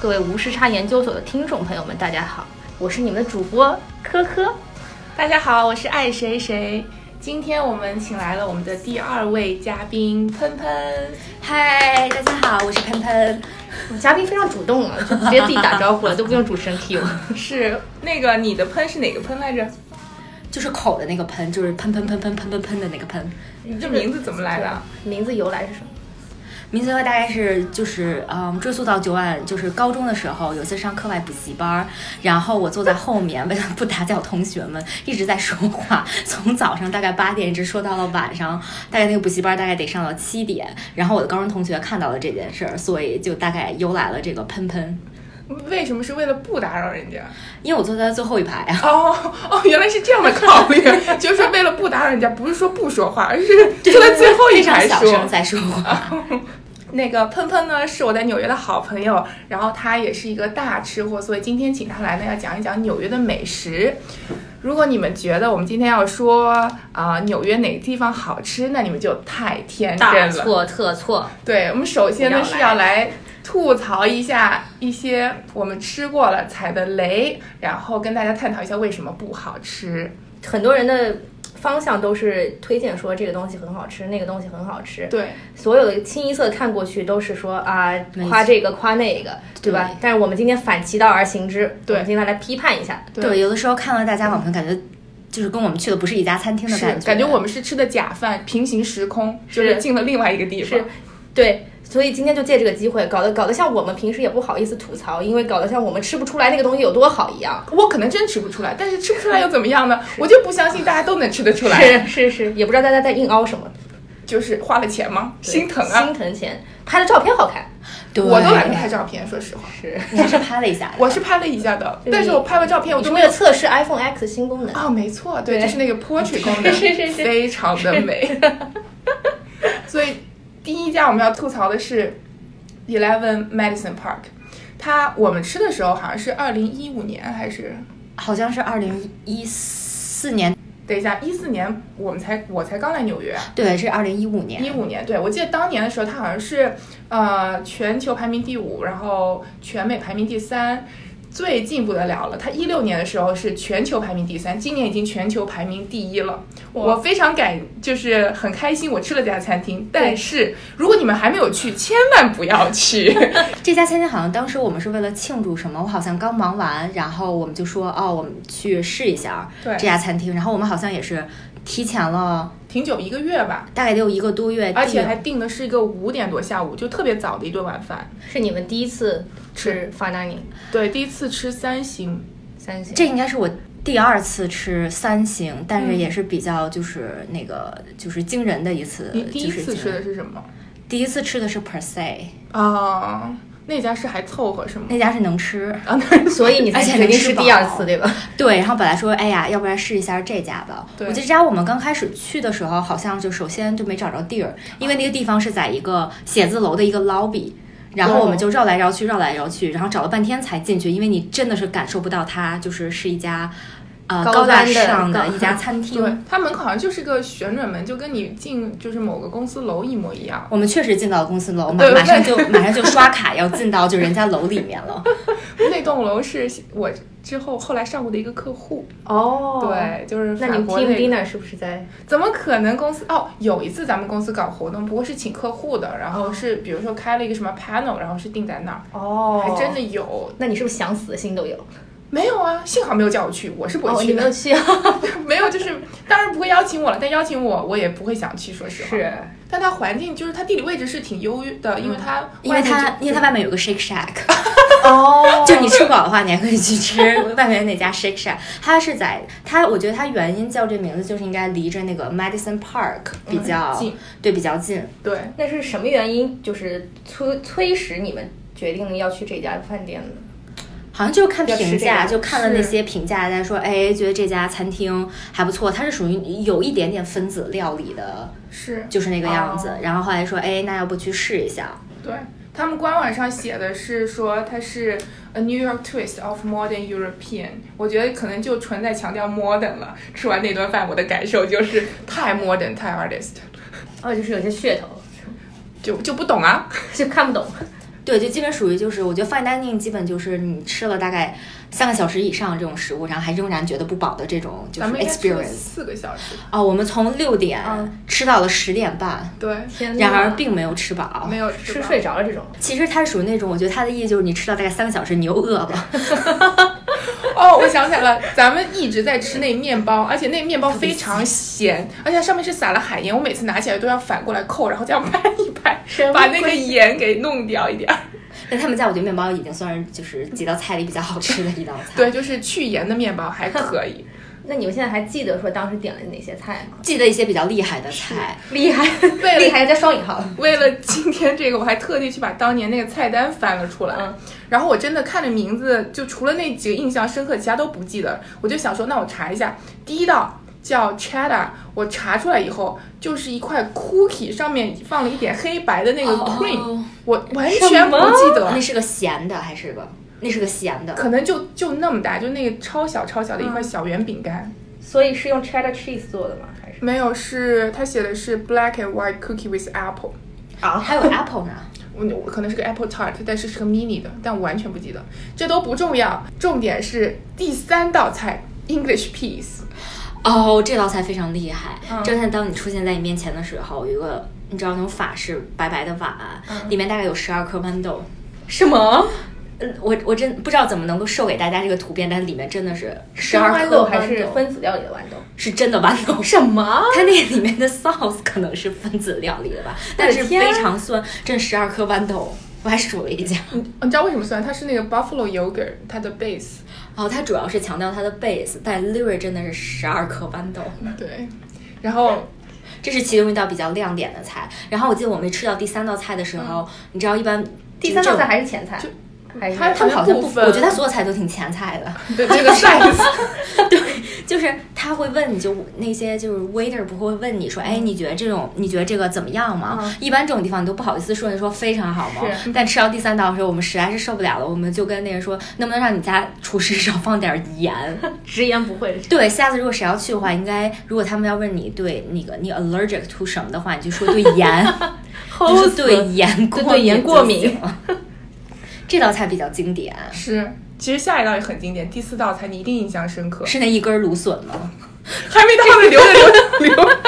各位无时差研究所的听众朋友们，大家好，我是你们的主播科科。大家好，我是爱谁谁。今天我们请来了我们的第二位嘉宾喷喷，嗨，大家好，我是喷喷。我嘉宾非常主动啊，就直接自己打招呼 了，都不用主持人替我。是那个你的喷是哪个喷来着？就是口的那个喷，就是喷喷喷喷喷喷喷的那个喷。你这名字怎么来的？ 名字由来是什么？名字的话大概是就是嗯，追溯到九晚，就是高中的时候，有一次上课外补习班儿，然后我坐在后面，为了不打搅同学们，一直在说话，从早上大概八点一直说到了晚上，大概那个补习班大概得上到七点，然后我的高中同学看到了这件事儿，所以就大概由来了这个喷喷，为什么是为了不打扰人家？因为我坐在最后一排啊，哦哦，原来是这样的考虑， 就是为了不打扰人家，不是说不说话，而 是 坐在最后一 非常排小说声。在说话。那个喷喷呢，是我在纽约的好朋友，然后他也是一个大吃货，所以今天请他来呢，要讲一讲纽约的美食。如果你们觉得我们今天要说啊、纽约哪个地方好吃，那你们就太天大真了。错特错，对，我们首先呢不要是来要来吐槽一下一些我们吃过了踩的雷，然后跟大家探讨一下为什么不好吃。很多人的方向都是推荐说这个东西很好吃，那个东西很好吃。对，所有的清一色看过去都是说啊没，错夸这个夸那个，对吧？对但是我们今天反其道而行之，对我们今天来批判一下。对对，有的时候看到大家网评，感觉就是跟我们去的不是一家餐厅的是感觉。感觉我们是吃的假饭，平行时空，就是是进了另外一个地方是。对，所以今天就借这个机会，搞得搞得像我们平时也不好意思吐槽，因为搞得像我们吃不出来那个东西有多好一样。我可能真吃不出来，但是吃不出来又怎么 样呢？我就不相信大家都能吃得出是来，是是，也不知道大家在硬凹什么，就是花了钱吗？对心疼啊！心疼钱，拍的照片好看，对我都懒得拍，照片，说实话，。是你还是拍了一 下我是拍了一下的，对但是我拍完照片我你都是没为有了测试 iPhone X 新功能。哦，没错，对，对就是 那个 portrait 功能，是是是非常的 美。所以第一家我们要吐槽的是 Eleven Madison Park，它我们吃的时候好像是二零一五年还是好像是二零一四年，等一下一四年，我们才我才刚来纽约，啊对，是二零一五一年。五年，对我记得当年的时候，它好像是呃全球排名第五，然后全美排名第三。最进不得了了，它一六年的时候是全球排名第三，今年已经全球排名第一了。哇我非常感，就是很开心，我吃了这家餐厅。但是如果你们还没有去，千万不要去。 这家餐厅好像当时我们是为了庆祝什么，我好像刚忙完，然后我们就说哦，我们去试一下对这家餐厅。然后我们好像也是提前了挺久，一个月吧，大概得有一个多月订，而且还订的是一个五点多下午，就特别早的一顿晚饭。是你们第一次吃 fine dining 对，第一次吃三星，三星？这应该是我。第二次吃三星，但嗯是也是比较就是那个、就是惊人的一次，你第一呃就是次惊吃的人是什么？第一次吃的是 per se，啊、那家是还凑合是吗？那家是能吃，啊，那所以你才而且决能定吃是饱第二次对吧？对，然后本来说，哎呀，要不然试一下这家吧。对我记得这家我们刚开始去的时候，好像就首先就没找着地儿，因为那个地方是在一个写字楼的一个 lobby，然后我们就绕来绕去，绕来绕去，然后找了半天才进去，因为你真的是感受不到它就是是一家。呃，高高大端的上的高一家餐厅，嗯对，它门口好像就是个旋转门，就跟你进就是某个公司楼一模一样。我们确实进到了公司楼，马对马上就马上就刷卡要进到就人家楼里面了。那栋楼是我之后后来上过的一个客户，哦，对，就是那你法们国 team 那个。 dinner 是不是在？怎么可能公司哦？有一次咱们公司搞活动，不过是请客户的，然后是比如说开了一个什么 panel，然后是定在那儿，哦还真的。有。那你是不是想死的心都有？没有啊，幸好没有叫我去，我是不会哦，你去没的。有去， 没有，就是当然不会邀请我了，但邀请我我也不会想去，说实话。是，但它环境就是它地理位置是挺优越的，因为嗯它因为外面它就因为它外面有个 Shake Shack，哦就你吃不饱的话，你还可以去吃 外面那家 Shake Shack。它是在它，我觉得它原因叫这名字，就是应该离着那个 Madison Park 比较、嗯近，对，比较近。对，那是什么原因？就是催催使你们决定要去这家饭店呢？好像就是看要吃评这个价，就看了那是些评价，大家说，哎，觉得这家餐厅还不错。它是属于有一点点分子料理的，是就是那个样子。哦然后后来说，哎，那要不去试一下？对。他们官网上写的是说它是 a New York twist of modern European，我觉得可能就纯在强调 modern 了。吃完那顿饭，我的感受就是太 modern，太 artist，哦，就是有些噱头，就就不懂啊。就看不懂。对，就基本属于就是，我觉得 fine dining 基本就是你吃了大概三个小时以上这种食物，然后还仍然觉得不饱的这种就是咱们应该吃了 experience。四个小时，哦，我们从六点嗯吃到了十点半，对，天然哪而并没有吃饱没。有吃吧睡着了这种，其实它是属于那种，我觉得它的意义就是你吃到大概三个小时，你又饿 了。哦，我想起来了，咱们一直在吃那面包，而且那面包非常咸，而且它上面是撒了海盐，我每次拿起来都要反过来扣，然后这样 拍一拍，把那个盐给弄掉一点儿。但他们家我觉得面包已经算是就是几道菜里比较好吃的一道菜。对，就是去盐的面包还可以。那你们现在还记得说当时点了哪些菜吗？记得一些比较厉害的菜，厉害，为了厉害加双引号。为了今天这个，我还特地去把当年那个菜单翻了出来。嗯然后我真的看着名字，就除了那几个印象深刻，其他都不记得。我就想说，那我查一下，第一道叫 cheddar，我查出来以后就是一块 cookie，上面放了一点黑白的那个 cream，、我完全不记啊那得。是个咸的还是个？那是个咸的。可能就就那么大，就那个超小超小的一块小圆饼干，所以是用 cheddar cheese 做的吗？还是没有是他写的是 black and white cookie with apple，啊？还有 apple 呢？我我可能是个 apple tart，但是是个 mini 的，但我完全不记得，这都不重要，重点是第三道菜 English peas，哦，这道菜非常厉害。嗯这道菜当你出现在你面前的时候，有一个你知道那种法式白白的碗，嗯里面大概有十二颗豌豆。什么？嗯，我我真不知道怎么能够授给大家这个图片，但里面真的是十生二豌颗豆豌还是分子料理的豌豆？是真的豌豆。什么？它那里面的 sauce 可能是分子料理的吧，但是天啊非常酸，这十二颗豌豆，我还数了一下。 你哦你知道为什么酸？它是那个 buffalo yogurt 它的 base，哦，它主要是强调它的 base，但 Leary 真的是十二颗豌豆，对，然后这是其中一道比较亮点的菜。然后我记得我们吃到第三道菜的时候，你知道一般嗯第三道菜还还是前菜就，还是它他们好像不，不分我觉得他所有菜都挺前菜的，对这个 size，就是他会问你就那些就是 waiter 不会问你说，嗯哎，你觉得这种你觉得这个怎么样吗？一般这种地方你都不好意思说，你说非常好吗？是但吃到第三道的时候，我们实在是受不了了，我们就跟那人说，能不能让你家厨师 少放点盐？直言不讳。对，下次如果谁要去的话，应该如果他们要问你对那个你 allergic to 什么的话，你就说对 盐，就齁是死对盐过敏，对盐过敏。这道菜比较经典，是，其实下一道也很经典，第四道菜你一定印象深刻，是那一根芦笋吗？还没到呢，留着留着留着，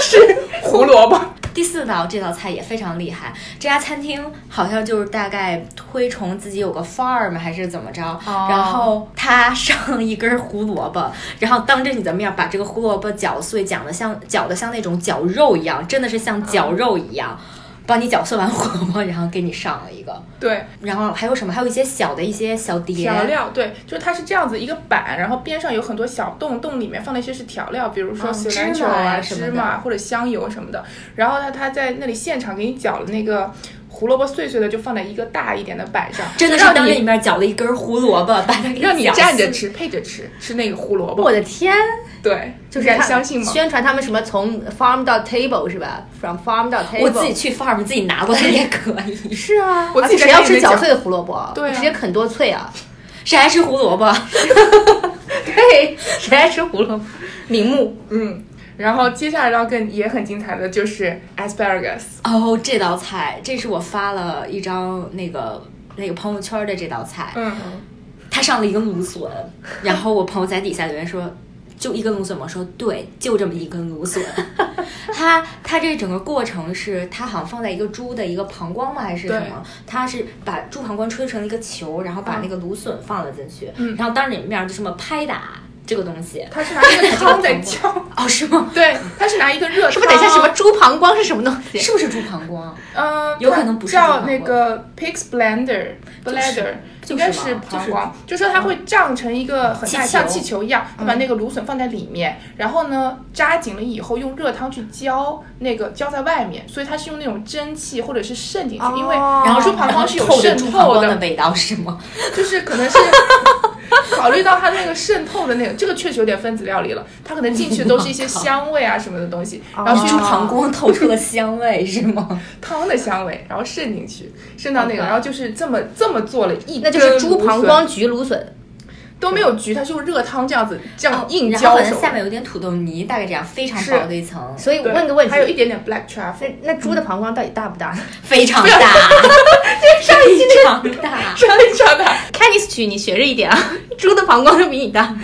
是胡萝卜，第四道这道菜也非常厉害，这家餐厅好像就是大概推崇自己有个 farm 还是怎么着，哦然后他上了一根胡萝卜，然后当着你的面把这个胡萝卜搅碎，搅的像搅的像那种绞肉一样，真的是像绞肉一样，帮你搅碎完胡萝卜，然后给你上了一个，对，然后还有什么？还有一些小的一些小碟，调料对，就是它是这样子一个板，然后边上有很多小洞，洞里面放了一些是调料，比如说嗯 c 芝 i l a n t r o 麻呀啊、什么芝的麻啊或者香油什么的。然后呢，它在那里现场给你搅了那个胡萝卜碎碎的，就放在一个大一点的板上，真的是让当着你你面搅了一根胡萝卜，把它给让你搅蘸着碎吃，配着吃，吃那个胡萝我卜。的天，对，哦就是你敢他相信吗？宣传他们什么从 farm 到 table 是吧？From farm 到 table。我自己去 farm 自己拿过来也可以， 是啊，我而自己且谁在要店吃里面搅讲碎的胡萝卜？对啊直接啃多脆 啊！谁还吃胡萝卜？对，谁爱吃胡萝卜？明目嗯。然后接下来到更也很精彩的就是 asparagus，哦，这道菜，这是我发了一张那个那个朋友圈的这道菜，嗯，他上了一根芦笋，然后我朋友在底下留言说。就一根芦笋吗？我说对，就这么一根芦笋。 它它这整个过程是，它好像放在一个猪的一个膀胱吗？还是什对么？它是把猪膀胱吹成了一个球，然后把嗯那个芦笋放了进去，嗯然后当着你面就这么拍打这个东西。他是拿一个汤在浇，哦，是吗？对，他是拿一个热汤，是不是？等一下，什么猪膀胱是什么东西？是不是猪膀胱？嗯，有可它能不是叫膀那胱个 pig's blender bladder，应就是该嘛是就是嗯膀胱，就说它会胀成一个很大，气球嗯像气球一样，它把那个芦笋放在里面，然后呢扎紧了以后用热汤去浇那个浇在外面，所以它是用那种蒸汽或者是渗进去，因为哦然后猪猪膀胱是有透着渗猪膀透胱的的，味道是吗？就是可能是 考虑到它那个渗透的那个，这个确实有点分子料理了，它可能进去都是一些 我靠香味啊什么的东西，然后去猪哦膀胱透出了香味是 吗？汤的香味，然后渗进去，渗到那个， OK 然后就是这么这么做了一，那就是猪膀胱焗芦笋。都没有焗，它是用热汤这样子这哦样硬哦然后浇可能熟，下面有点土豆泥，大概这样，非常薄的一层，所以我对问个问题，还有一点点 black truffle。那那猪的膀胱到底大不大呢？非常大，非 常大。 真的真的， chemistry 你学着一点啊， 猪的膀胱都比你大。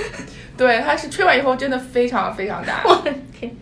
对，它是吹完以后真的非常非常大。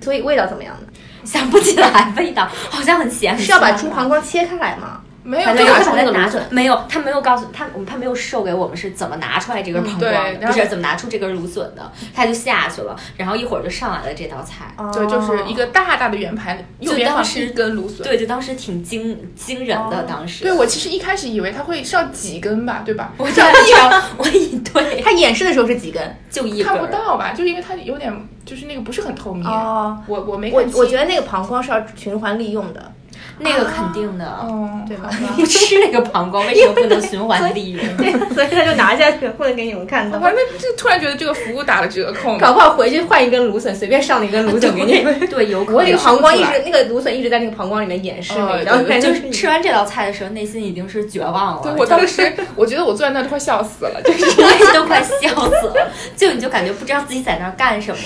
所以味道怎么样呢？想不起来味道，好像很咸，很啊是要把香猪吧膀胱切开来吗？没有反对，正拿我把出把那它个拿炉出子来，没有，他没有告诉他，我们他没有授给我们是怎么拿出来这根膀对胱的，然不后是怎么拿出这根芦笋的，他就下去了，然后一会儿就上来了这道菜。哦对，就是一个。个大大的圆盘，右就边当放时一根芦笋。对，就当时挺惊惊人的，哦当时。对，我其实一开始以为它会是要几根吧，对吧？我这样一 我一对哦它演示的时候是几根？就一根看儿不到吧，就是因为它有点就是那个不是很透明。哦我我没我看清我觉得那个膀胱是要循环利用的，那个肯定的。嗯，对吧？ 不吃那个膀胱为什么不能循环利用？对， 所以他就拿下去混给你们看我到。反正就突然觉得这个服务打了折扣嘛。搞不好回去换一根芦笋，随便上了一根芦笋给 你们。对，有可我能那个是膀胱出一来直那个芦笋一直在那个膀胱里面掩饰哦每一道对菜，就就是是吃完这道菜的时候，内心已经是绝望啊了。对我当时，我觉得我坐在那儿都快笑死了，就是 对，都快笑死了。就你就感觉不知道自己在那儿干什么。，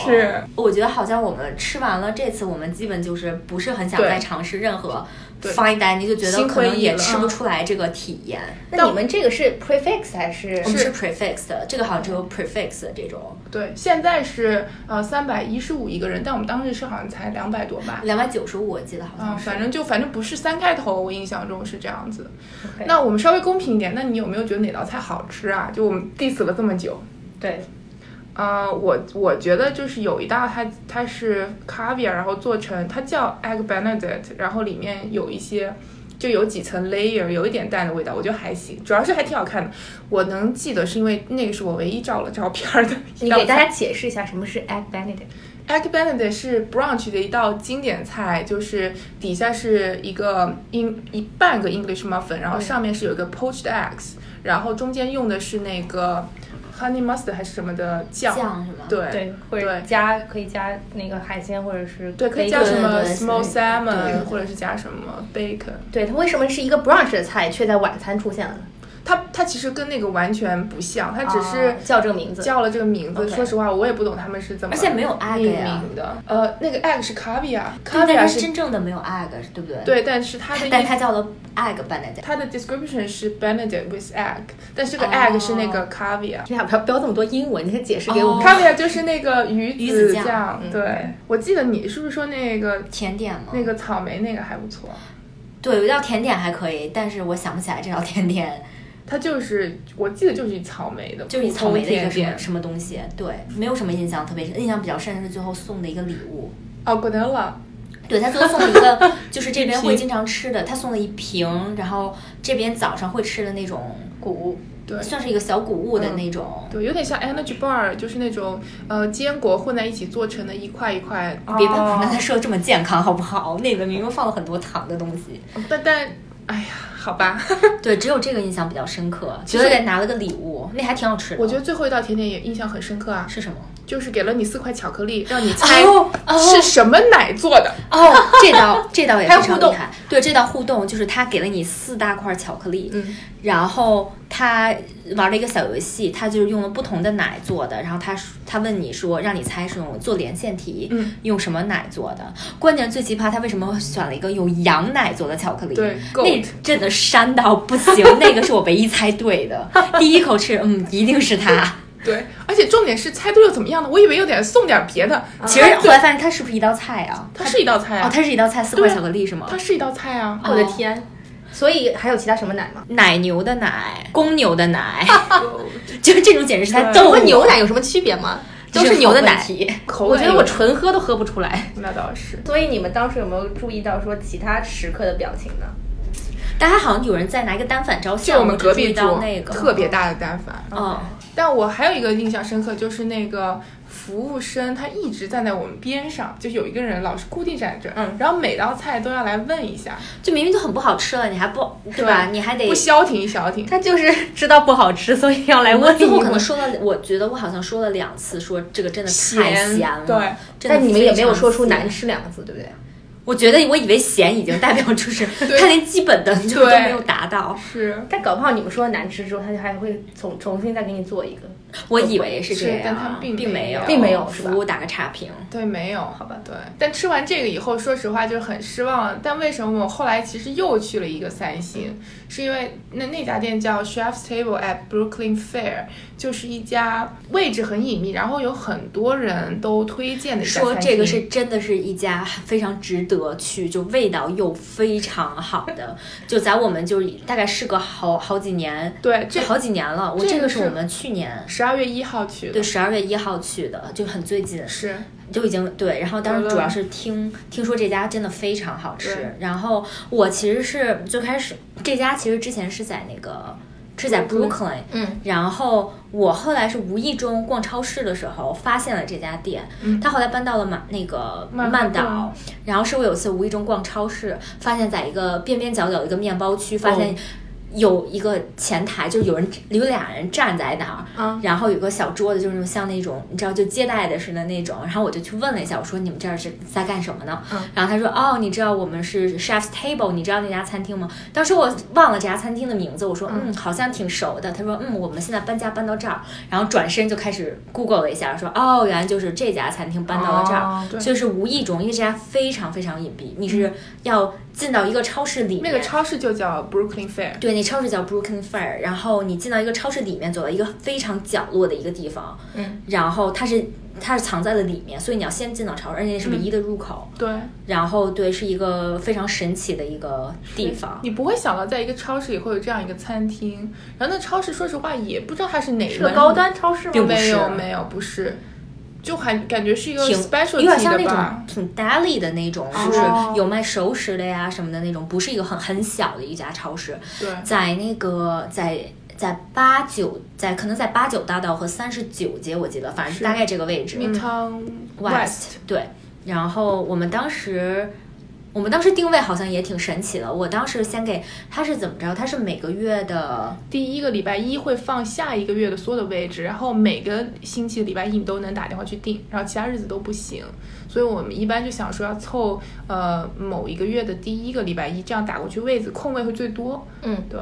我觉得好像我们吃完了这次，我们基本就是不是很想对再尝试任何对 fine dining，就觉得心可灰能意也冷吃不出来这个体验。那你们这个是 prefix 还是我？们是 prefix 的，这个好像只有 prefix 的这种对，现在是呃三百一十五一个人，但我们当时是好像才两百多吧。两百九十五，我记得好嗯，像是。反正就反正不是三开头，我印象中是这样子。 OK 那我们稍微公平一点，那你有没有觉得哪道菜好吃啊？就我们 diss 了这么久，对，呃，我我觉得就是有一道它它是 caviar，然后做成它叫 egg benedict，然后里面有一些就有几层 layer，有一点蛋的味道，我觉得还行，主要是还挺好看的。我能记得是因为那个是我唯一照了照片儿的一你道给大菜。家解释一下什么是 egg benedict。 egg benedict 是 brunch 的一道经典菜，就是底下是一个英一半个 English muffin，然后上面是有一个 poached eggs，然后中间用的是那个 honey mustard 还是什么的酱，酱是吗？对。或对加可以加那个海鲜，或者是对，可以 bacon 加什么对对 small 对对 salmon，或者是加什么 bacon。对它为什么是一个 brunch 的菜，却在晚餐出现了呢？它它其实跟那个完全不像，它只是哦叫这个名字。叫了这个名字。 OK 说实话，我也不懂他们是怎么而且没有 egg 命呀名的。呃，那个 egg 是 caviar，caviar 对，但是是真正的没有 egg，对不对？，对，但是它的但意它叫了 egg benedict。它的 description 是 Benedict with egg，但是这个哦 egg 是那个 caviar。你俩不要标这么多英文，你先解释给我们哦看。 caviar 就是那个鱼鱼子酱酱，嗯对我记得你是不是说那个甜点吗？那个草莓那个还不错？对，有一道甜点还可以，但是我想不起来这道甜点它就是我记得就是草莓的，就是一草莓的甜一个什么点什么东西，对，没有什么印象特别深，印象比较深的是最后送的一个礼物，哦，granola，对他最后送了一个，就是这边一 会瓶经常吃的，他送了一瓶，然后这边早上会吃的那种谷，对，算是一个小谷物嗯的那种，对，有点像 energy bar，就是那种呃坚果混在一起做成的一块一块，哦别把我刚才说的这么健康好不好？那个明明放了很多糖的东西，但但哎呀，好吧， 对，只有这个印象比较深刻，其觉实得拿了个礼物，那还挺好吃的。我觉得最后一道甜点也印象很深刻啊，是什么？就是给了你四块巧克力，让你猜哦哦是什么奶做的。哦，这道这道也还有非常互动厉害。对，这道互动就是他给了你四大块巧克力，嗯，然后他玩了一个小游戏，他就是用了不同的奶做的，然后他他问你说让你猜是用做连线题，嗯，用什么奶做的？关键最奇葩，他为什么选了一个有羊奶做的巧克力？对那 goat 真的膻到不行，那个是我唯一猜对的，第一口吃，嗯，一定是它。啊对，而且重点是猜对又怎么样呢？我以为有点送点别的，其实后来发现它是不是一道菜啊？它是一道菜哦，啊，它是一道菜，四对块啊巧克力是吗？它是一道菜啊。我的天！所以还有其他什么奶吗？奶牛的 奶，公牛的奶，就是这种简直是他逗和我牛奶有什么区别吗？都这是牛的奶好，问题口我感觉得有我点纯喝都喝不出来。那倒是，所以你们当时有没有注意到说其他食客的表情呢？大家好像有人在拿一个单反照就相，我们只隔注意壁到桌那个特别大的单反，嗯，但我还有一个印象深刻，就是那个服务生，他一直站在我们边上，就有一个人老是固定站着，嗯，然后每道菜都要来问一下，就明明就很不好吃了，你还不对吧？你还得不消停一消停。他就是 知道不好吃，所以要来问最后你可能们。说了，我觉得我好像说了两次，说这个真的太咸咸了，对真的但你们也没有非常说出咸难吃两个字，对不对？我觉得我以为咸已经代表就是 对他连基本的就是都对没有达到，是，但搞不好你们说难吃之后，他就还会重重新再给你做一个。我以为是这是但他样，并没没有，有并没有是吧服务打个差评，对，没有，好吧，对。但吃完这个以后，说实话就是很失望。但为什么我后来其实又去了一个三星，是因为那那家店叫 Chef's Table at Brooklyn Fair，就是一家位置很隐秘，然后有很多人都推荐的一家说餐这个厅是真的是一家非常值得去，就味道又非常好的，就在我们就大概事隔好好几年，对这就好几年了。我这个这个是是我们去年十二月一号去的，对十二月一号去的，就很最近，是就已经对。然后当时完了主要是听听说这家真的非常好嗯吃对，然后我其实是最开始这家其实之前是在那个是在 Brooklyn，嗯，然后我后来是无意中逛超市的时候发现了这家店，嗯他后来搬到了曼那个曼曼岛，曼然后是我有一次无意中逛超市，发现在一个边边角角一个面包区，发哦现有一个前台，就有人有俩人站在那儿。啊，然后有个小桌子，就是那种像那种你知道就接待的似的那种。然后我就去问了一下，我说你们这儿是在干什么呢？嗯然后他说哦，你知道我们是 Chef's Table，你知道那家餐厅吗？当时我忘了这家餐厅的名字，我说嗯，好像挺熟的。他说嗯，我们现在搬家搬到这儿，然后转身就开始 Google 了一下，说哦，原来就是这家餐厅搬到了这儿。哦对嗯就是无意中，因为这家非常非常隐蔽，你是要进到一个超市里面，那个超市就叫 Brooklyn Fair，对，那超市叫 Brooklyn Fair，然后你进到一个超市里面，走到一个非常角落的一个地方，嗯，然后它是它是藏在了里面，所以你要先进到超市，而且那是唯一的入口。对。然后对，是一个非常神奇的一个地方，你不会想到在一个超市里会有这样一个餐厅，然后那超市说实话也不知道它是哪是门个高端超市吗？并不没是有没有不是，就还感觉是一个挺 special 有点像那吧种。挺 deli 的那种，就是哦有卖熟食的呀什么的那种，不是一个很很小的一家超市，对，在那个在在八九在可能在八九大道和三十九街，我记得，反正是大概这个位置。嗯汤 West 对，然后我们当时。我们当时定位好像也挺神奇的。我当时先给他是怎么着？他是每个月的第一个礼拜一会放下一个月的所有的位置，然后每个星期礼拜一你都能打电话去订，然后其他日子都不行。所以我们一般就想说要凑呃某一个月的第一个礼拜一，这样打过去位子空位会最多。嗯，对。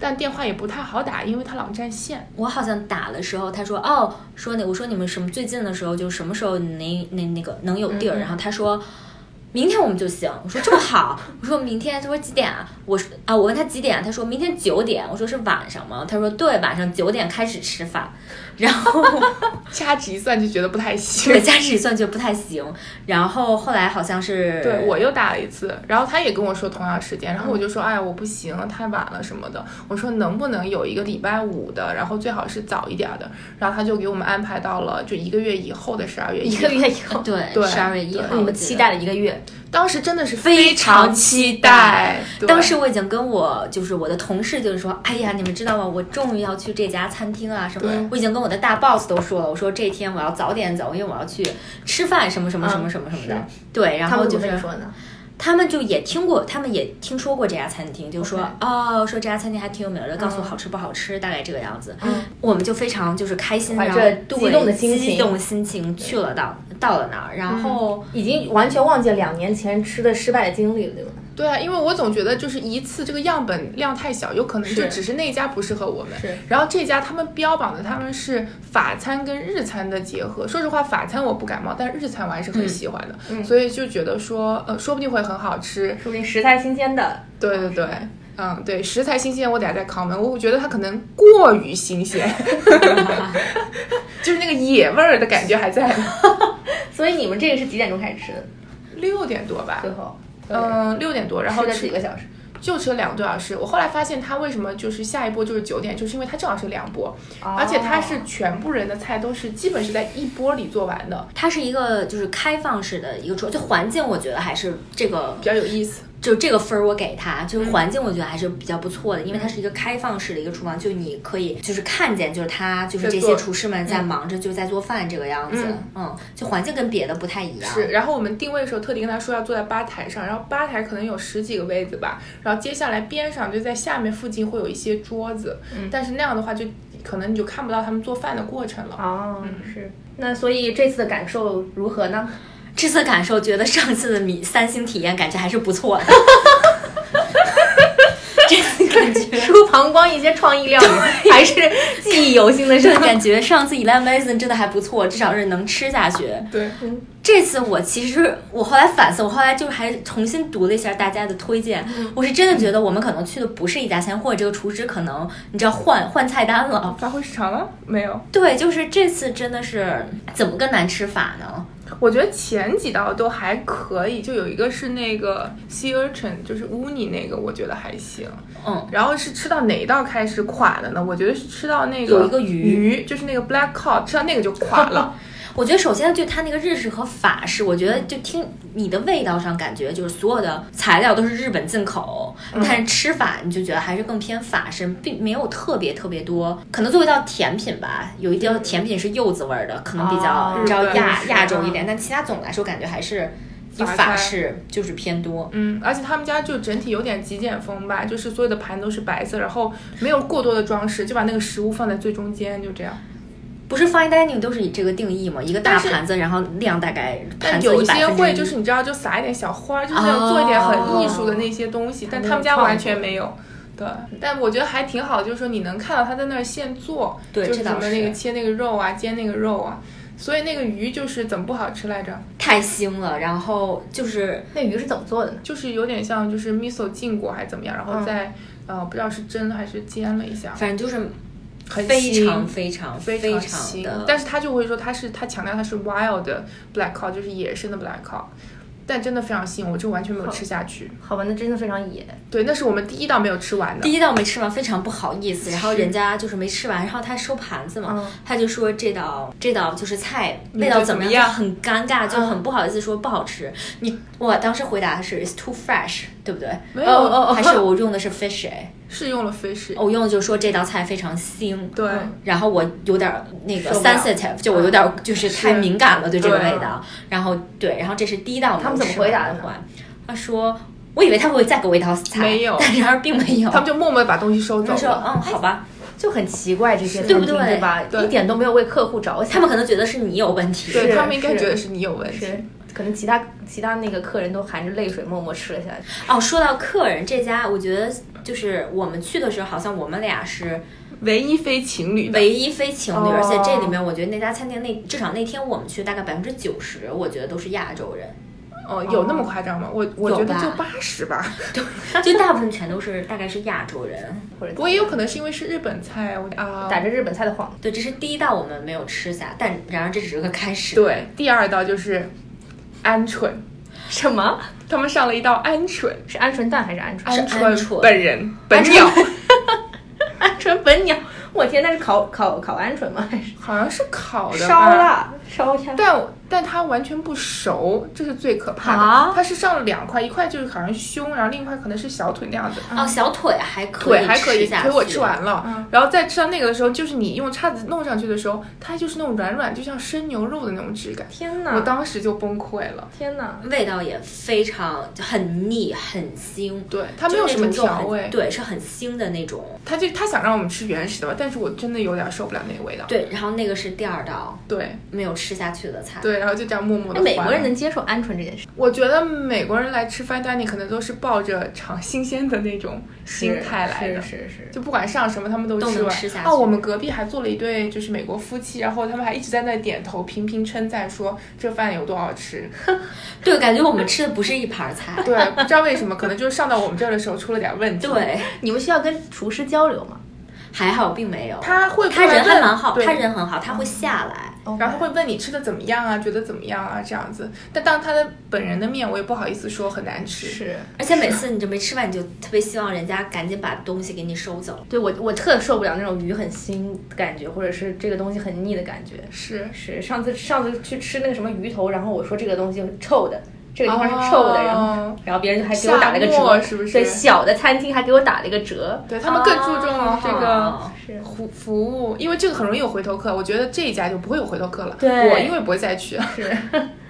但电话也不太好打，因为它老占线。 我好像打的时候，他说哦，说那我说你们什么最近的时候，就什么时候那那那个能有地嗯儿，然后他说。明天我们就行。我说这么好，我说明天，他说几点啊？我说啊，我问他几点，他说明天九点。我说是晚上吗？他说对，晚上九点开始吃饭。然后掐指一算就觉得不太行 对，。加始一算觉得不太行。然后后来好像是对我又打了一次，然后他也跟我说同样时间，然后我就说，哎，我不行，太晚了什么的。我说能不能有一个礼拜五的，然后最好是早一点的。然后他就给我们安排到了就一个月以后的十二月一一个号。月以 后，对对十二月一号，对你我们记期得待了一个月，当时真的是非常常期待待。对当时我已经跟我就是我的同事就是说，哎呀，你们知道吗？我终于要去这家餐厅啊什么对。我已经跟我的大 boss 都说了，我说这天我要早点走，因为我要去吃饭什么什么什么什么什么的。是对，然嗯他后们就怎么是跟你说呢？他们就也听过，他们也听说过这家餐厅，就说 OK 哦，说这家餐厅还挺有名的，告诉我嗯好吃不好吃，大概这个样子。嗯，我们就非常就是开心，怀然后着对激动的心激情嗯动的心情去了到到了那儿，然后哦已经完全忘记了两年前吃的失败的经历了，对吧？对啊，因为我总觉得就是一次这个样本量太小，有可能就是只是那家不适合我们是。然后这家他们标榜的他们是法餐跟日餐的结合，说实话法餐我不感冒，但是日餐我还是很喜欢的，嗯所以就觉得说呃说不定会很好吃。说不定食材新鲜的，对对对。嗯，对，食材新鲜，我等下再 comment。我觉得它可能过于新鲜， 就是那个野味儿的感觉还在。所以你们这个是几点钟开始吃的？六点多吧最，后，嗯，六点多，然后吃了吃几个小时？就吃了两个多小时。我后来发现它为什么就是下一波就是九点，就是因为它正好是两波，哦而且它是全部人的菜都是基本是在一波里做完的，它是一个就是开放式的一个桌，就环境我觉得还是这个比较有意思。就这个分儿我给它，就是环境我觉得还是比较不错的，因为它是一个开放式的一个厨房，就你可以就是看见就是它就是这在些做厨师们在忙着就在做饭这个样子，嗯嗯就环境跟别的不太一样。是，然后我们定位的时候特地跟他说要坐在吧台上，然后吧台可能有十几个位子吧，然后接下来边上就在下面附近会有一些桌子，但是那样的话就可能你就看不到他们做饭的过程了。哦，是。那所以这次的感受如何呢？这次感受觉得上次的米三星体验感觉还是不错的，这次感觉。输膀胱一些创意料理，还是记忆犹新的这事次情。感觉上次 Eleven Medicine 真的还不错，至少是能吃下去。对，嗯这次我其实我后来反思，我后来就是还重新读了一下大家的推荐，我是真的觉得我们可能去的不是一家餐，或者这个厨师可能你知道换换菜单了。发挥失常了没有？对，就是这次真的是怎么个难吃法呢？我觉得前几道都还可以，就有一个是那个 sea urchin，就是乌尼那个，我觉得还行。嗯，然后是吃到哪一道开始垮的呢？我觉得是吃到那个有一个鱼鱼就是那个 black cod，吃到那个就垮 了。我觉得首先就它那个日式和法式，我觉得就听你的味道上感觉就是所有的材料都是日本进口，嗯但是吃法你就觉得还是更偏法式，并没有特别特别多。可能作为一道甜品吧，有一道甜品是柚子味儿的，可能比较哦你知道啊日本亚式啊亚洲一点，但其他总来说感觉还是就法法餐式就是偏多。嗯，而且他们家就整体有点极简风吧，就是所有的盘都是白色，然后没有过多的装饰，就把那个食物放在最中间，就这样。不是 fine dining 都是以这个定义嘛，一个大但是盘子，然后量大概盘但子有一一百些分之会一哦就是你知道，就撒一点小花儿，就是那种做一点很艺术的那些东西，但他们家完全没有。对，但我觉得还挺好的，就是说你能看到他在那儿现做，对就是这什倒么是那个切那个肉啊，煎那个肉啊，所以那个鱼就是怎么不好吃来着？太腥了，然后就是那鱼是怎么做的呢？就是有点像就是 miso 浸过还是怎么样，然后再、呃不知道是蒸还是煎了一下，嗯反正就是很非腥常非常非常新的，但是他就会说他是他强调他是 wild black cow，就是野生的 black cow，但真的非常腥，我就完全没有吃下去。好吧，那真的非常野。对，那是我们第一道没有吃完的。第一道没吃完，非常不好意思。然后人家就是没吃完，然后他收盘子嘛，嗯他就说这道这道就是菜你味道怎么觉得样，就很尴尬，就嗯很不好意思说不好吃。你我当时回答的是 it's too fresh，对不对？没有哦哦 哦还是我用的是 fish，哎是用了 fish，、我用的就是说这道菜非常腥。对、嗯然后我有点儿那个受不了嗯 sensitive，就我有点儿就是太是敏感了对这个对味道。然后对，然后这是第一道啊他们没有怎么吃完回答的啊的呢话，他说我以为他会再给我一道菜，没有但然而并没有。他们就默默地把东西收走他说了。嗯哎好吧，就很奇怪这些餐对不厅对吧？对一点都没有为客户着想。他们可能觉得是你有问题。对是他们应该是觉得是你有问题。是可能其他其他那个客人都含着泪水默默吃了下去。哦，说到客人这家，我觉得就是我们去的时候，好像我们俩是唯一非情侣的，唯一非情侣，哦而且这里面我觉得那家餐厅那至少那天我们去大概百分之九十，我觉得都是亚 洲人，哦，有那么夸张吗？我我有觉得吧就八十吧， 就大部分全都是大概是亚洲人。或者不过也有可能是因为是日本菜，我啊。打着日本菜的幌，对，这是第一道我们没有吃下，但然而这只是个开始。，对，第二道就是鹌鹑，什么他们上了一道鹌鹑，是鹌鹑蛋还是鹌鹑？是鹌鹑本人本鸟，鹌鹑本鸟，我天，那是烤烤烤鹌鹑吗？还 是 好像是烤的吧烧腊烧鸭？但但它完全不熟，这是最可怕的。啊它是上了两块，一块就是好像胸，然后另一块可能是小腿那样子。哦，小腿还可以，腿还可以，下腿我去吃完了，嗯然后再吃到那个的时候，就是你用叉子弄上去的时候，它就是那种软软，就像生牛肉的那种质感。天我哪，当时就崩溃了。天哪！味道也非常就很腻，很腥。对，它没就有是什那么种调很味，对，是很腥的那种。它就它想让我们吃原始的吧，但是我真的有点受不了那个味道。对，然后那个是第二道对没有吃下去的菜。对，然后就这样默默那的。美国人能接受鹌鹑这件事？我觉得美国人来吃 fine dining 可能都是抱着尝新鲜的那种心态来的，是是是。就不管上什么他们都都能吃完。吃下去哦，我们隔壁还坐了一对就是美国夫妻，然后他们还一直在那点头频频称赞说这饭有多好吃。对，感觉我们吃的不是一盘菜。对，不知道为什么，可能就是上到我们这儿的时候出了点问题。，对，你们需要跟厨师交流吗？还好并没有。他会他人还蛮好，对哦他人很好，他会下来。？Oh 然后会问你吃的怎么样啊，觉得怎么样啊这样子。但当他的本人的面，我也不好意思说很难吃。是而且每次你就没吃完，你就特别希望人家赶紧把东西给你收走。对我我特受不了那种鱼很腥的感觉，或者是这个东西很腻的感觉。是，是上次上次去吃那个什么鱼头，然后我说这个东西臭的，这个地方是臭的，然后后然后别人还给我打了个哦夏折，末是不是对，小的餐厅还给我打了一个折，对他们更注重这个。哦是 服服务，因为这个很容易有回头客，我觉得这一家就不会有回头客了。对我因为不会再去。是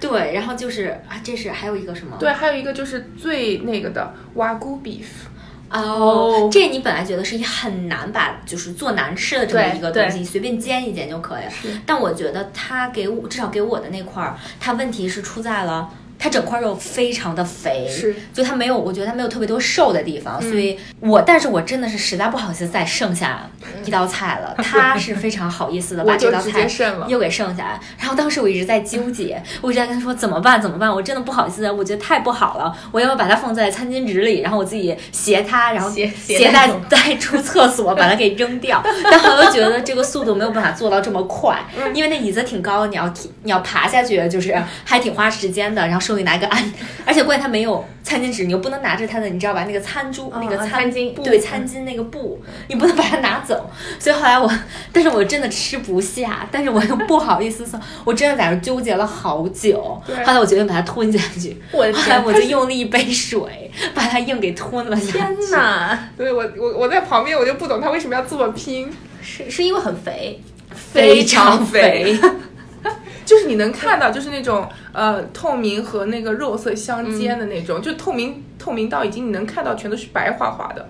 对，然后就是啊，这是还有一个什么？对，还有一个就是最那个的 wagyu beef，哦哦，这你本来觉得是一很难把就是做难吃的这么对一个对东西，随便煎一煎就可以是但我觉得它给我至少给我的那块儿，它问题是出在了它整块肉非常的肥，是，嗯就它没有，我觉得它没有特别多瘦的地方，所以我但是我真的是实在不好意思再剩下一道 菜了，他是非常好意思的把我这就道直接菜剩了。又给剩下来。然后当时我一直在纠结，我一直在跟他说怎么办怎么办，我真的不好意思，我觉得太不好了，我要不要把它放在餐巾纸里，然后我自己斜它，然后 斜斜携带带走带出厕所，把它给扔掉。 但后来又觉得这个速度没有办法做到这么快，嗯因为那椅子挺高，你要提你要爬下去，就是还挺花时间的。然后手里拿个按， 而且关键它没有餐巾纸，你又不能拿着它的，你知道吧？那个餐珠、嗯那个嗯餐餐巾布对对餐巾那个布，你不能把它拿走。所以后来我，但是我真的吃不下，但是我又不好意思送，我真的在那儿纠结了好久。对后来我决定把它吞下去，我的后 来天，我就用了一杯水把它硬给吞了下去。天哪，对我我我在旁边我就不懂他为什么要这么拼，是是因为很肥，非常肥， 就是你能看到就是那种呃透明和那个肉色相间的那种，嗯就透明透明到已经你能看到全都是白花花的。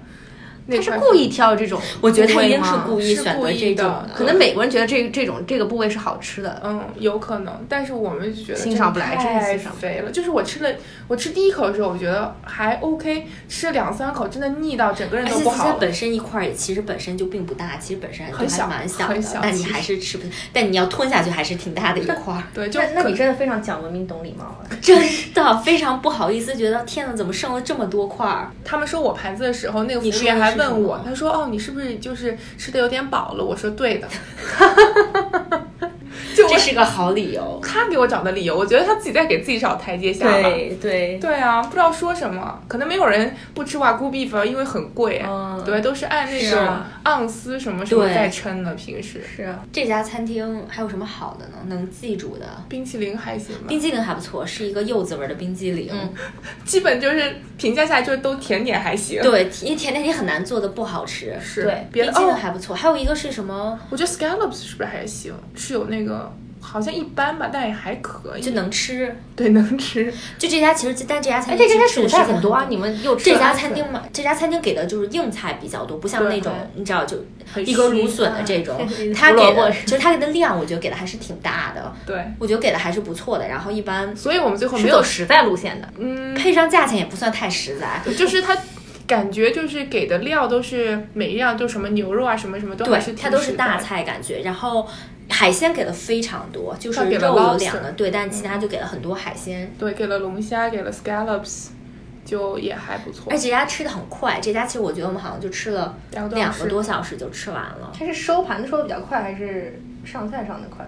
那他是块故意挑这种部位吗，我觉得他一定是故意是选故择意这种的可能美国人觉得这这种这个部位是好吃的，嗯，有可能，但是我们就觉得欣赏不来真真的的太欣赏不肥了。就是我吃了，我吃第一口的时候，我觉得还 OK，吃两三口真的腻到整个人而都且其不实哎它好了。本身一块儿也其实本身就并不大，其实本身很就小还蛮小的，很小但其你实还是吃不，但你要吞下去还是挺大的一块 儿，对，就那那可你真的非常讲文明懂礼貌啊了。真的非常不好意思，觉得天呐，怎么剩了这么多块儿？他们收我盘子的时候，那个服务你说员的还是什问我么，他说：“哦，你是不是就是吃的有点饱了？”我说：“对 的。就我”这是个好理由。他给我找的理由，我觉得他自己在给自己找台阶下吧。对，对啊，不知道说什么，可能没有人不吃瓦固 beef，因为很贵，嗯对，都是按那是个啊盎司什么什么对在称的。平时是啊这家餐厅还有什么好的呢？能记住嗯的？冰淇淋还行吧，冰激凌还不错，是一个柚子味儿的冰激凌。嗯基本就是评价下来就是都甜点还行。对，因为甜点你很难做的不好吃。是对别冰的激凌哦，还不错，还有一个是什么哦我觉得 scallops 是不是还行？是有那个好像一般吧，但也还可就以，能吃。 对，能吃。就这家其实，但这家哎，餐这厅家吃蔬的菜是很多啊，你们又吃这了家安餐粉，厅嘛，这家餐厅给的就是硬菜比较多，不像对那种对你知道就很一根虚芦笋啊的这种它胡萝给卜的是就是它给的量，我觉得给的还是挺大的，对，我觉得给的还是不错的。然后一般所以我们最后没是有走实在路线的，嗯，配上价钱也不算太实在，就是它感觉就是给的料都是每一样都什么牛肉啊什么什么都还是对，挺它都实是在大的。菜感觉，然后。海鲜给的非常多，就是它给了肉有两 lobster 个对，但嗯其他就给了很多海鲜。对，给了龙虾，给了 scallops，就也还不错而。且这家吃的很快，这家其实我觉得我们好像就吃了两个多小两时嗯个多小时就吃完了。它是收盘子收的比较快，还是上菜上的快？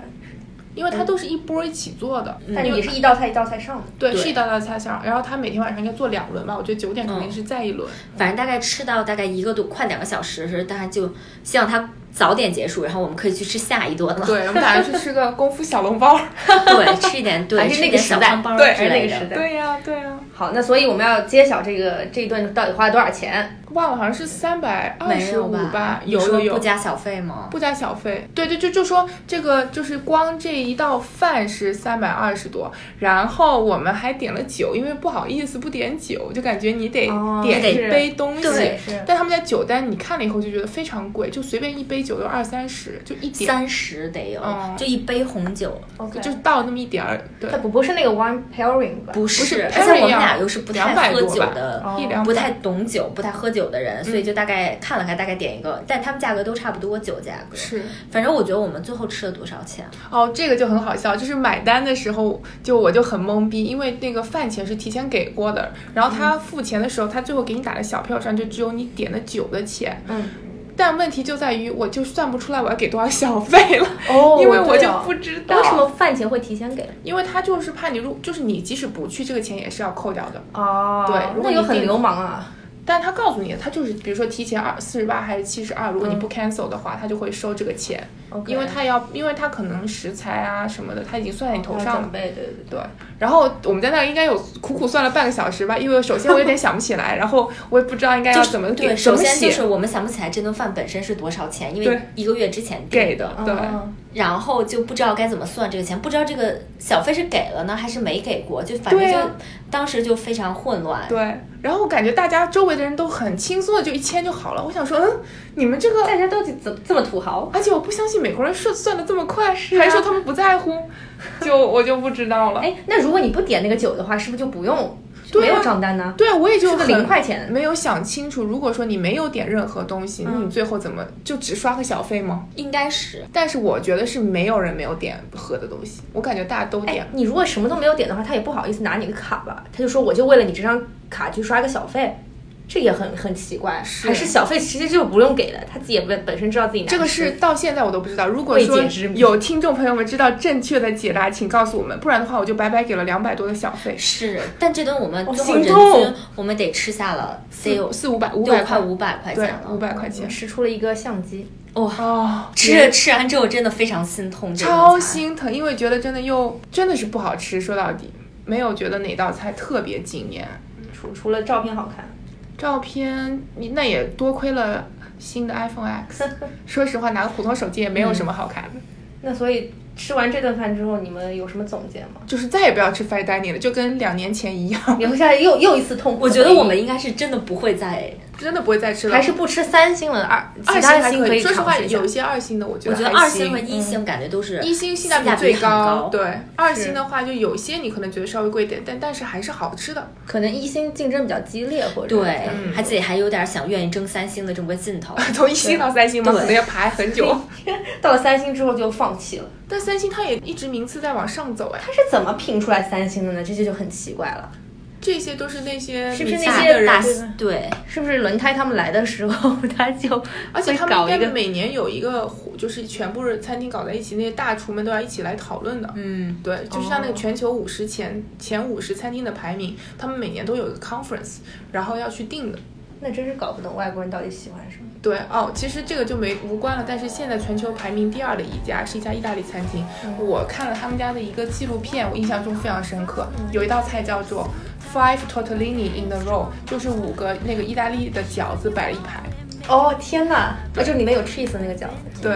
因为嗯它都是一波一起做的，但是也是一道菜一道菜上的。对，对是一道道菜上。然后它每天晚上应该做两轮吧，我觉得九点嗯肯定是再一轮。反正大概吃到大概一个多快两个小时时，大家就希望它早点结束，然后我们可以去吃下一顿了。对，我们打算去吃个功夫小笼 包。对，吃一 点对，还是吃那一个点时小代汤包儿对之还是那类个时的。代对呀、对呀、好，那所以我们要揭晓这个这一顿到底花了多少钱？忘了好像是三百二没十有五吧，你有说有有不加小费吗？不加小费，对对，就就说这个就是光这一道饭是三百二十多，然后我们还点了酒，因为不好意思不点酒，就感觉你得哦点得一杯东西。对是但他们家酒单你看了以后就觉得非常贵，就随便一杯酒都二三十，就一点，三十得有嗯，就一杯红酒， ，OK，就倒那么一点儿，对它，不不是那个 one pairing 吧？不是是。而且 Perrier 我们俩又是不太200喝多酒吧嗯的，哦一两不百嗯太懂酒、不太喝酒的人，所以就大概看了看，大概点一个，但他们价格都差不多，酒价格。是。反正我觉得我们最后吃了多少钱？哦，这个就很好笑，就是买单的时候，就我就很懵逼，因为那个饭钱是提前给过的，然后嗯他付钱的时候，他最后给你打的小票上就只有你点的酒的钱，嗯，但问题就在于我就算不出来我要给多少小费了，哦因为我啊就不知道为什么饭钱会提前给？因为他就是怕你入，就是你即使不去，这个钱也是要扣掉的。哦对如果那你有很订流氓啊。但他告诉你，他就是比如说提前二四十八还是七十二，如果你嗯不 cancel 的话，他就会收这个钱， OK 因为他要，因为他可能食材啊什么的，他已经算在你头上了准。备，对对对。对，然后我们在那儿应该有苦苦算了半个小时吧，因为首先我有点想不起来，然后我也不知道应该就要是怎么给对，呃怎首么先写就是我们想不起来这顿饭本身是多少钱，因对为一个月之前订给的，对，哦然后就不知道该怎么算这个钱，不知道这个小费是给了呢还是没给过，就反正对就啊当时就非常混乱。对，然后我感觉大家周围的人都很轻松的就一签就好了。我想说，嗯，你们这个，大家都怎这么土豪？而且我不相信美国人算算的这么快，啊还说他们不在乎， 就我就不知道了。哎，那如果你不点那个酒的话，是不是就不用对没啊有账单呢？对啊，我也就是个很零块钱。嗯没有想清楚，如果说你没有点任何东西，那你最后怎么就只刷个小费吗？应该是但是我觉得是没有人没有点喝的东西，我感觉大家都点哎，。你如果什么都没有点的话，他也不好意思拿你的卡吧？他就说我就为了你这张卡去刷个小费，这也很很奇怪。是还是小费其实就不用给的，他自己也本本身知道自己拿这个的是到现在我都不知道。如果未说解之谜有听众朋友们知道正确的解答，请告诉我们，不然的话我就白白给了两百多的小费，是，但这顿我们哦最后心人痛均我们得吃下了得有四四五百五六百快块，五百块对钱，了五。百块我钱。使出了一个相机，哇、哦，吃吃完之后真的非常心痛，这顿超餐心疼，因为觉得真的又真的是不好吃，说到底没有觉得哪道菜特别惊艳。除除了照片好看，照片你那也多亏了新的 iPhone X，说实话拿个普通手机也没有什么好看的，那所以吃完这顿饭之后，你们有什么总结吗？就是再也不要吃 fine dining 了，就跟两年前一样，留下又又一次痛苦我的回忆。觉得我们应该是真的不会再，真的不会再吃了。还是不吃三星了，二二其星他还的星可以说实尝话，试一下有一些二星的我觉我得觉得还二星行和一星感觉都是一星性价性价比最比很高对，二星的话就有些你可能觉得稍微贵一点，但但是还是好吃的。可能一星竞争比较激烈，或者对，嗯还自己还有点想愿意争三星的这么个劲头。 从一星到三星嘛，对可能要排很久。到了三星之后就放弃了。但三星它也一直名次在往上走，哎，他是怎么评出来三星的呢？这就就很奇怪了，这些都是那些是不是米 其那大林些的人大对吧对，是不是轮胎他们来的时候 他就而且他会搞们应一该个每年有一个活，就是全部是餐厅搞在一起，那些大厨们都要一起来讨论的。嗯，对，就是像那个哦全球五十前、前五十餐厅的排名，他们每年都有一个 conference，然后要去定的。那真是搞不懂外国人到底喜欢什么。对哦，其实这个就没无关了。但是现在全球排名第二的一家是一家意大利餐厅，我看了他们家的一个纪录片，我印象中非常深刻。有一道菜叫做 Five Tortellini in a row，就是五个那个意大利的饺子摆了一排。哦天哪！啊，就里面有 cheese 的那个饺子，对，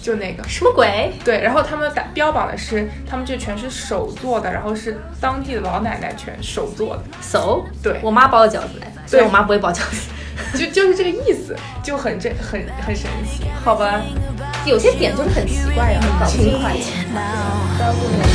就那个。什么鬼？对，然后他们打标榜的是，他们这全是手做的，然后是当地的老奶奶全手做的，熟、对我妈包的饺子来，虽然我妈不会包饺 子。就就是这个意思，就很这很很神奇。啊 好吧，有些点就是很奇怪呀、很搞不清楚。 now.